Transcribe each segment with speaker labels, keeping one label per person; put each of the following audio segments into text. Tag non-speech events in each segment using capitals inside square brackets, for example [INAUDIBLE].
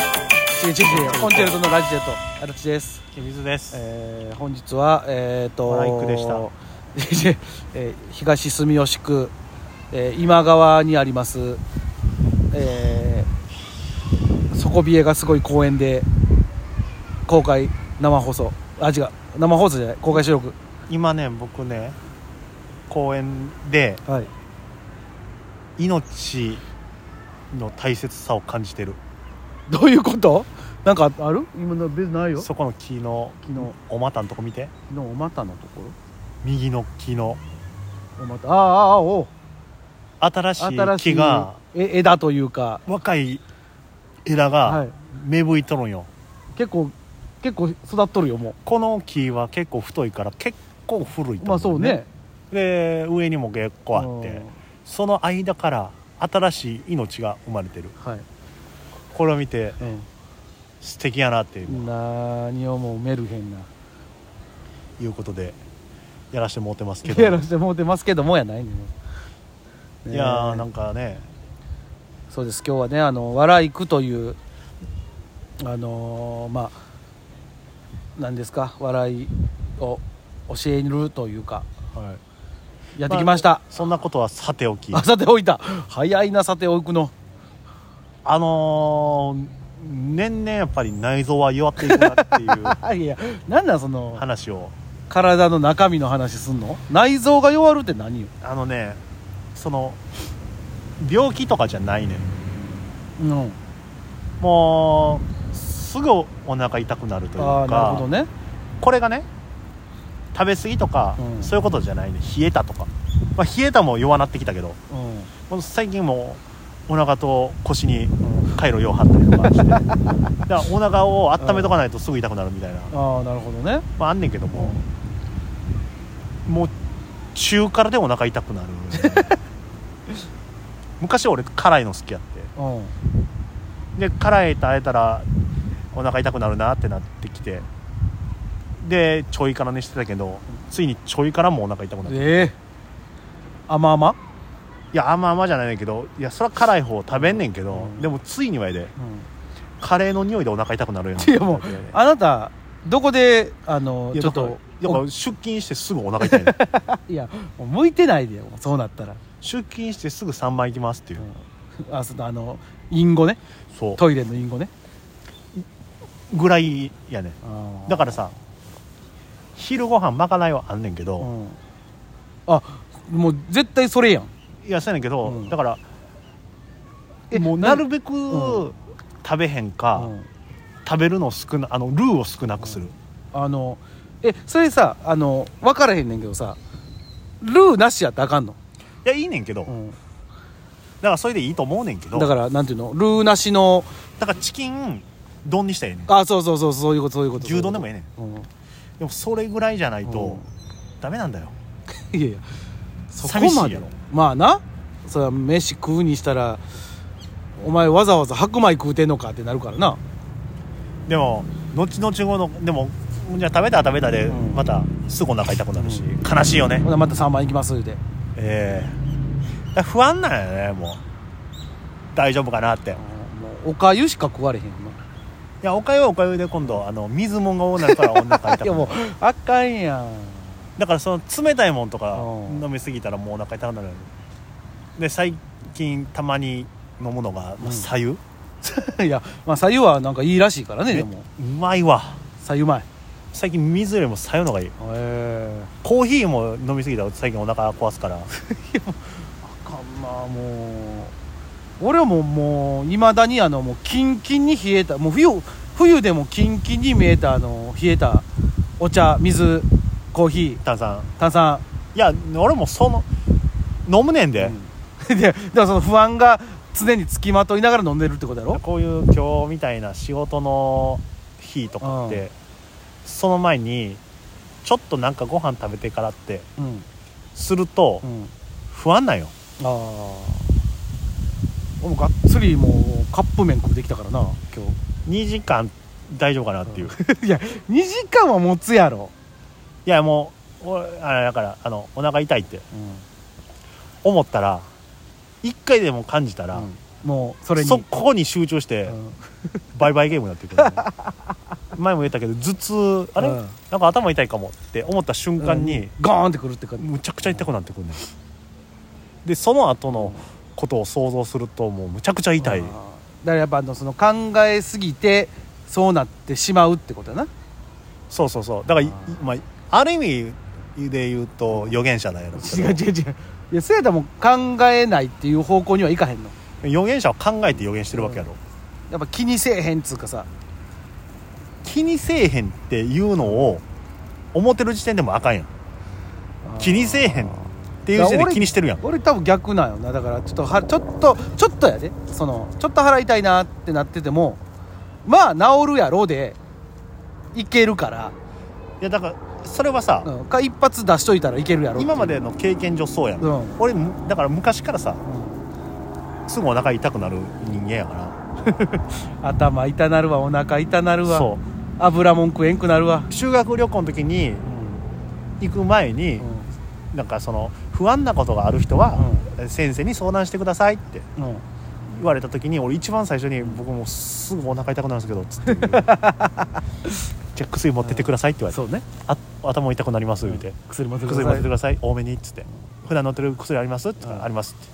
Speaker 1: えー、違う違うコンチェルトのラジェット私です、
Speaker 2: 清水です、
Speaker 1: えー、本日はえっ、ー、と
Speaker 2: バライクでした
Speaker 1: [LAUGHS] えー東住吉区、えー、今川にあります、えー、底冷えがすごい公園で公開生放送あ違う生放送じゃない公開収録
Speaker 2: 今ね僕ね公園で
Speaker 1: はい
Speaker 2: 命の大切さを感じてる
Speaker 1: どういうことなんかある今の別にないよ
Speaker 2: そこの木の
Speaker 1: 木の
Speaker 2: お股のとこ見て
Speaker 1: 木のお股のとこ
Speaker 2: 右の木の
Speaker 1: ろお股ああああおう
Speaker 2: 新しい
Speaker 1: 新し
Speaker 2: 木
Speaker 1: い
Speaker 2: が
Speaker 1: え枝というか
Speaker 2: 若い枝
Speaker 1: は
Speaker 2: が
Speaker 1: い
Speaker 2: 芽吹いとるんよ、
Speaker 1: 結構結構育っとるよも
Speaker 2: この木は結構太いから結構古いと思う、
Speaker 1: うまあそうね
Speaker 2: で上にも結構あってその間から新しい命が生まれてる
Speaker 1: はい、
Speaker 2: これを見て
Speaker 1: う、
Speaker 2: 素敵やなっていうん
Speaker 1: 何をもうメルヘンな
Speaker 2: いうことでやらしてもうてますけど
Speaker 1: やらしてもうてますけどもやないね
Speaker 2: いやー
Speaker 1: ね
Speaker 2: なんかね
Speaker 1: そうです今日はねあの「笑いく」というあのーまあ何ですか笑いを教えるというか
Speaker 2: はい
Speaker 1: やってきました、
Speaker 2: そんなことはさておき
Speaker 1: あ、さておいた早いなさておくの
Speaker 2: あのー年々やっぱり内臓は弱っていくなっていう
Speaker 1: [LAUGHS] あいやなんなんその
Speaker 2: 話を
Speaker 1: 体の中身の話すんの内臓が弱るって何よ、
Speaker 2: あのねその病気とかじゃないねん
Speaker 1: うん、
Speaker 2: もうすぐお腹痛くなるという
Speaker 1: ああなるほ
Speaker 2: か
Speaker 1: ど、ね
Speaker 2: これがね食べ過ぎとか、
Speaker 1: うん
Speaker 2: そういうことじゃないね冷えたとか、まあ、冷えたも弱なってきたけど
Speaker 1: うん
Speaker 2: もう最近もうお腹と腰に回路用張ったりとかしてだからお腹を温めとかないとすぐ痛くなるみたいな、
Speaker 1: ああなるほどね
Speaker 2: まあ、あんねんけども、もう中辛でお腹痛くなる昔俺辛いの好きやって
Speaker 1: うん
Speaker 2: で辛いとあえたらお腹痛くなるなってなってきてでちょい辛にしてたけどついにちょい辛もお腹痛くなる
Speaker 1: ええ甘々
Speaker 2: いやあんまあんまじゃないねんけどいやそりゃ辛い方食べんねんけど、
Speaker 1: うん
Speaker 2: でもついにはやで
Speaker 1: う
Speaker 2: カレーの匂いでお腹痛くなるやん
Speaker 1: んいやもうあなたどこであの
Speaker 2: いや
Speaker 1: ちょ
Speaker 2: だ
Speaker 1: っ
Speaker 2: から
Speaker 1: と
Speaker 2: やっぱ出勤してすぐお腹痛いね
Speaker 1: おいやもう向いてないでよそうなったら、
Speaker 2: [LAUGHS] 出勤してすぐ3枚行きますっていう、
Speaker 1: うん、あそうだあの隠語ね
Speaker 2: そ
Speaker 1: トイレの隠語ね
Speaker 2: うぐらいやねだ
Speaker 1: か
Speaker 2: からさ昼ご飯まかないはあんねんけど、
Speaker 1: うん、あもう絶対それやん
Speaker 2: いやそうやねんけど、
Speaker 1: うん
Speaker 2: だから
Speaker 1: え
Speaker 2: もうなるべく、
Speaker 1: う
Speaker 2: 食べへんか、
Speaker 1: うん
Speaker 2: 食べるのを少なあのルーを少なくする、
Speaker 1: あのえそれさあの分からへんねんけどさルーなしやったらあかんの、
Speaker 2: いやいいねんけど、
Speaker 1: う
Speaker 2: だか
Speaker 1: ん、
Speaker 2: らそれでいいと思うねんけど
Speaker 1: だ
Speaker 2: だか
Speaker 1: からなんていうのルーなしの
Speaker 2: らチキン丼にしたらええねん
Speaker 1: あそうそうそうそういうことそういうこと
Speaker 2: 牛丼でもええねん
Speaker 1: うん
Speaker 2: でもそれぐらいじゃないと、
Speaker 1: うん
Speaker 2: ダメなんだよ
Speaker 1: いやいやそこ
Speaker 2: 寂
Speaker 1: ま
Speaker 2: しい
Speaker 1: で
Speaker 2: やろ
Speaker 1: まあなそれは飯食うにしたらお前わざわざ白米食うてんのかってなるからな
Speaker 2: でも後々後のでもじゃあ食べたら食べたで
Speaker 1: うん
Speaker 2: またすぐお腹痛くなるし、
Speaker 1: う
Speaker 2: 悲しいよね
Speaker 1: ほなまた3番いきますで
Speaker 2: ええだから不安なんやねもう大丈夫かなってい
Speaker 1: もうおかゆしか食われへんな
Speaker 2: やおかゆはおかゆで今度あの水もんが多なるからお腹痛
Speaker 1: [LAUGHS] いや
Speaker 2: くな
Speaker 1: もう
Speaker 2: る
Speaker 1: あかんやん
Speaker 2: だからその冷たいもんとか
Speaker 1: うん
Speaker 2: 飲みすぎたらもうお腹痛くなるで最近たまに飲むのが、ま
Speaker 1: うん
Speaker 2: あ、白湯、
Speaker 1: [LAUGHS] いやまあさゆはなんかいいらしいからねでも
Speaker 2: うまいわ
Speaker 1: さゆうまいへ
Speaker 2: 最近水よりも白湯のがいい
Speaker 1: え
Speaker 2: コーヒーも飲みすぎたら最近お腹壊すから
Speaker 1: あかんなもう俺はもうもういまだにあのもうキンキンに冷えたもう冬冬でもキンキンに見えたあの冷えたお茶水コーヒー
Speaker 2: 炭酸
Speaker 1: 炭酸
Speaker 2: いや俺もその飲むねんで、
Speaker 1: [LAUGHS] でだからその不安が常につきまといながら飲んでるってことやろ
Speaker 2: こういう今日みたいな仕事の日とかって、
Speaker 1: う
Speaker 2: その前にちょっとなんかご飯食べてからって
Speaker 1: うん
Speaker 2: すると
Speaker 1: うん
Speaker 2: 不安なんよ
Speaker 1: ああ俺もがっつりもうカップ麺食ってきたからな今
Speaker 2: 2時間大丈夫かなっていう、い
Speaker 1: 日 [LAUGHS] いや2時間は持つやろ、
Speaker 2: やもうおあだからあのお腹痛いって思ったら1回でも感じたら、
Speaker 1: うんもうそれに
Speaker 2: そこに集中して、
Speaker 1: うん
Speaker 2: バイバイゲームになってくる、前も言ったけど頭痛あれ、
Speaker 1: うん
Speaker 2: なんか頭痛いかもって思った瞬間に、
Speaker 1: ゴーンってくるって感じ
Speaker 2: むちゃくちゃ痛くなってくるねんでその後のことを想像するともうむちゃくちゃ痛い
Speaker 1: あーだからやっぱあのその考えすぎてそうなってしまうってことやな
Speaker 2: そうそうそうだからい
Speaker 1: あー
Speaker 2: まあ、ある意味で言うと予言者なんやろうけ
Speaker 1: 違う違う違ういやそれやったらもう考えないっていう方向にはいかへんの
Speaker 2: ど予言者は考えて予言してるわけやろ、
Speaker 1: やっぱ気にせえへんっつうかさ
Speaker 2: 気にせえへんっていうのを思ってる時点でもあかんやんっ気にせえへんっていう時点で気にしてるやん
Speaker 1: 俺多分逆なんよなだからちょっとはちょっとちょっとやでそのちょっと払いたいなってなっててもまあ治るやろでいけるから、
Speaker 2: いやだからそれはさ、
Speaker 1: うん、か一発出しといたらいけるやろっていう
Speaker 2: 今までの経験上そうやん、
Speaker 1: うん、
Speaker 2: 俺むだから昔からさ
Speaker 1: うん
Speaker 2: すぐお腹痛くなる人間やから
Speaker 1: 頭痛なるわお腹痛なるわ
Speaker 2: そ
Speaker 1: 油もん食えんくなるわ
Speaker 2: う修学旅行の時に行く前に、
Speaker 1: う
Speaker 2: なんかその不安なことがある人は、先生に相談してくださいって
Speaker 1: んうん
Speaker 2: 言われた時に俺一番最初に僕もうすぐお腹痛くなるんですけどつって [LAUGHS] 言うじゃあ薬持ってってくださいって言われて、
Speaker 1: そうね
Speaker 2: あ頭痛くなります言うて、
Speaker 1: 薬も
Speaker 2: 薬持ってってく
Speaker 1: い
Speaker 2: ださい多めにっつって普段乗ってる薬ありますって言ったら、
Speaker 1: うん
Speaker 2: ありますって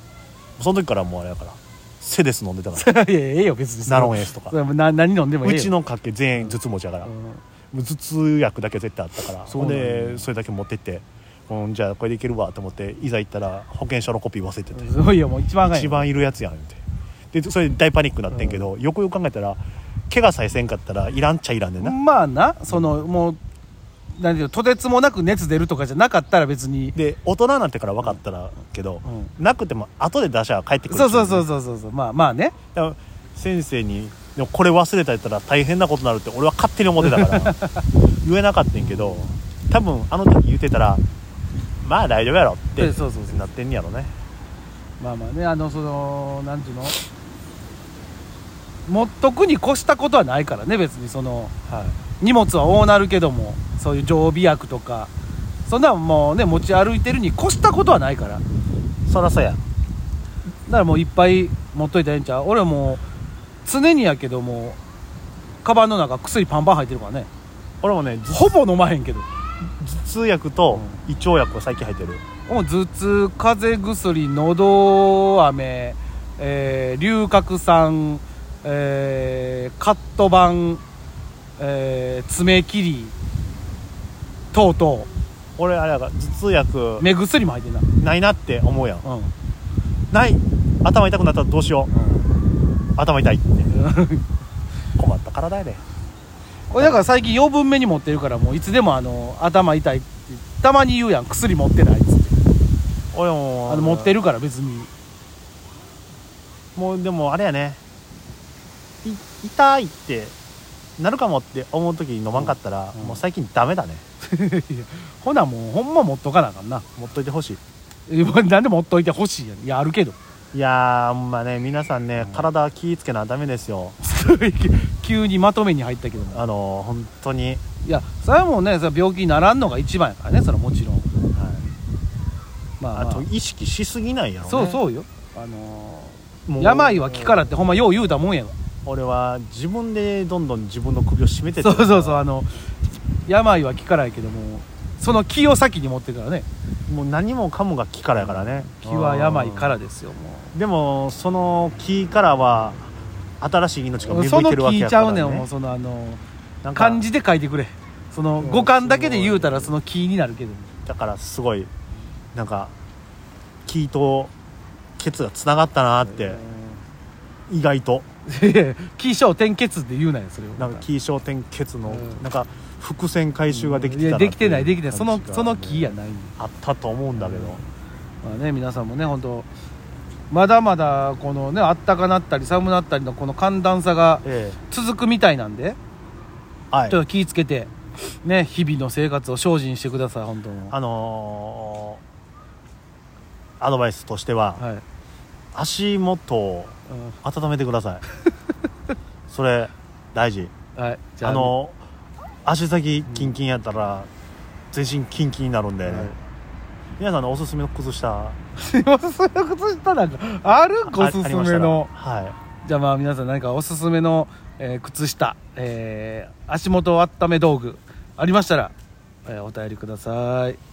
Speaker 2: その時からもうあれやからセデス飲んでたから
Speaker 1: いや [LAUGHS] ええよ別に
Speaker 2: ナロンエースとか
Speaker 1: それもな何飲んでもええ
Speaker 2: う
Speaker 1: よ
Speaker 2: ちの家系全員頭痛持ちやから、
Speaker 1: う
Speaker 2: も
Speaker 1: ん
Speaker 2: う頭痛薬だけ絶対あったから
Speaker 1: そ
Speaker 2: そ
Speaker 1: うなんや
Speaker 2: でそれだけ持ってって、うん、じゃあこれでいけるわと思っていざ行ったら保険証のコピー忘れてて、
Speaker 1: すごいよもう一番が
Speaker 2: 一番いるやつやんってでそれで大パニックになってんけど、よくよく考えたら怪我さえせんかったらいらんっちゃいらんねんな、
Speaker 1: まあなそのもうなんていうのとてつもなく熱出るとかじゃなかったら別に
Speaker 2: で大人になってから分かったらけど、
Speaker 1: う
Speaker 2: なくても後で出しゃ帰ってくる
Speaker 1: そうそうそう
Speaker 2: う
Speaker 1: そうそうそうまあまあね
Speaker 2: 先生にでもこれ忘れたやったら大変なことになるって俺は勝手に思ってたから
Speaker 1: [LAUGHS]
Speaker 2: 言えなかったんやけど多分あの時言ってたらまあ大丈夫やろって
Speaker 1: そうそうそう
Speaker 2: なってんやろね
Speaker 1: まあまあねあのそのなんていうの持っとくに越したことはないからね別にその
Speaker 2: はい
Speaker 1: 荷物は多なるけどもそういう常備薬とかそんなんもうね持ち歩いてるに越したことはないからだ
Speaker 2: そらそうや
Speaker 1: からもういっぱい持っといたらええんちゃう俺はもう常にやけどもカバンの中薬パンパン入ってるからね
Speaker 2: 俺もね頭
Speaker 1: ほぼ飲まへんけど
Speaker 2: 頭痛薬と胃腸薬が最近入ってる
Speaker 1: もう頭痛風邪薬のど飴、えー、龍角散、えー、カット板、えー、爪切り等々
Speaker 2: 俺あれやから頭痛薬
Speaker 1: 目薬も入ってんな、
Speaker 2: ないなって思うやん
Speaker 1: うん
Speaker 2: ない頭痛くなったらどうしよう頭痛いって
Speaker 1: うん、 [LAUGHS]
Speaker 2: 困った体やで
Speaker 1: これだから最近養分目に持ってるからもういつでもあの頭痛いってたまに言うやん薬持ってないっつって
Speaker 2: 俺も
Speaker 1: あの持ってるから別に [LAUGHS]
Speaker 2: もうでもあれやねい痛いってなるかもって思う時に飲まんかったら、
Speaker 1: うん
Speaker 2: もう最近ダメだね
Speaker 1: いやほなもうほんま持っとかなあかんな [LAUGHS]
Speaker 2: 持っといてほしい
Speaker 1: えなんで持っといてほしいやんいやあるけど [LAUGHS]
Speaker 2: いやーほんまね皆さんね、体気ぃつけなダメですよ
Speaker 1: 急にまとめに入ったけども
Speaker 2: あのー本当に、はい、
Speaker 1: いやそれはもうねそれは病気にならんのが一番やからねそれはもちろんまあ,、
Speaker 2: あ
Speaker 1: まあ
Speaker 2: と意識しすぎないやろ、ね、
Speaker 1: そう
Speaker 2: う
Speaker 1: そうよあのー
Speaker 2: もう
Speaker 1: 病は気からってほんまよう言うたもんやわ
Speaker 2: 俺は自分でどんどん自分の首を絞めてって
Speaker 1: そうそうそうあの病は気からやけどもその気を先に持ってからね
Speaker 2: もう何もかもが気からやからね
Speaker 1: 気は病か
Speaker 2: う
Speaker 1: らですよも
Speaker 2: んでもその気からは新しい命が
Speaker 1: う
Speaker 2: 芽
Speaker 1: そ
Speaker 2: 吹い
Speaker 1: の
Speaker 2: てるわけ
Speaker 1: 気
Speaker 2: や
Speaker 1: ち
Speaker 2: か
Speaker 1: ゃ
Speaker 2: ら、
Speaker 1: う
Speaker 2: ね、
Speaker 1: ねんもうそのあのー
Speaker 2: なんか
Speaker 1: 漢字で書いてくれその
Speaker 2: うん
Speaker 1: 五感だけで言うたら
Speaker 2: す
Speaker 1: その気になるけども
Speaker 2: だからすごいなんか気とケツがつながったなって意外と
Speaker 1: いやいや気象転結って言うなよそれを
Speaker 2: なんか気象点ケツの
Speaker 1: うん
Speaker 2: なんか伏線回収ができて
Speaker 1: い
Speaker 2: た
Speaker 1: や
Speaker 2: って
Speaker 1: できてないできてないその
Speaker 2: 感じが
Speaker 1: その気やないんで
Speaker 2: あったと思うんだけど
Speaker 1: まあね、皆さんもね本当まだまだこのねあったかなったり寒なったりのこの寒暖差が
Speaker 2: ええ
Speaker 1: 続くみたいなんで、
Speaker 2: はい
Speaker 1: ちょっと気ぃつけてね日々の生活を精進してください本当に
Speaker 2: あのーアドバイスとしては
Speaker 1: はい、
Speaker 2: 足元を
Speaker 1: う
Speaker 2: 温めてくだ
Speaker 1: [LAUGHS]
Speaker 2: さいそれ大事
Speaker 1: んはい、じゃ
Speaker 2: あ
Speaker 1: あ
Speaker 2: の足先キンキンやったら全身キンキンになるんで、
Speaker 1: はい
Speaker 2: 皆さんのおすすめの靴下
Speaker 1: [LAUGHS] すいませんそんなことしたなんかあるんかおすす
Speaker 2: あありましたら
Speaker 1: めの
Speaker 2: はい
Speaker 1: じゃあまあ皆さん何かおすすめの、えー靴下、えー足元温め道具ありましたら、えーお便りください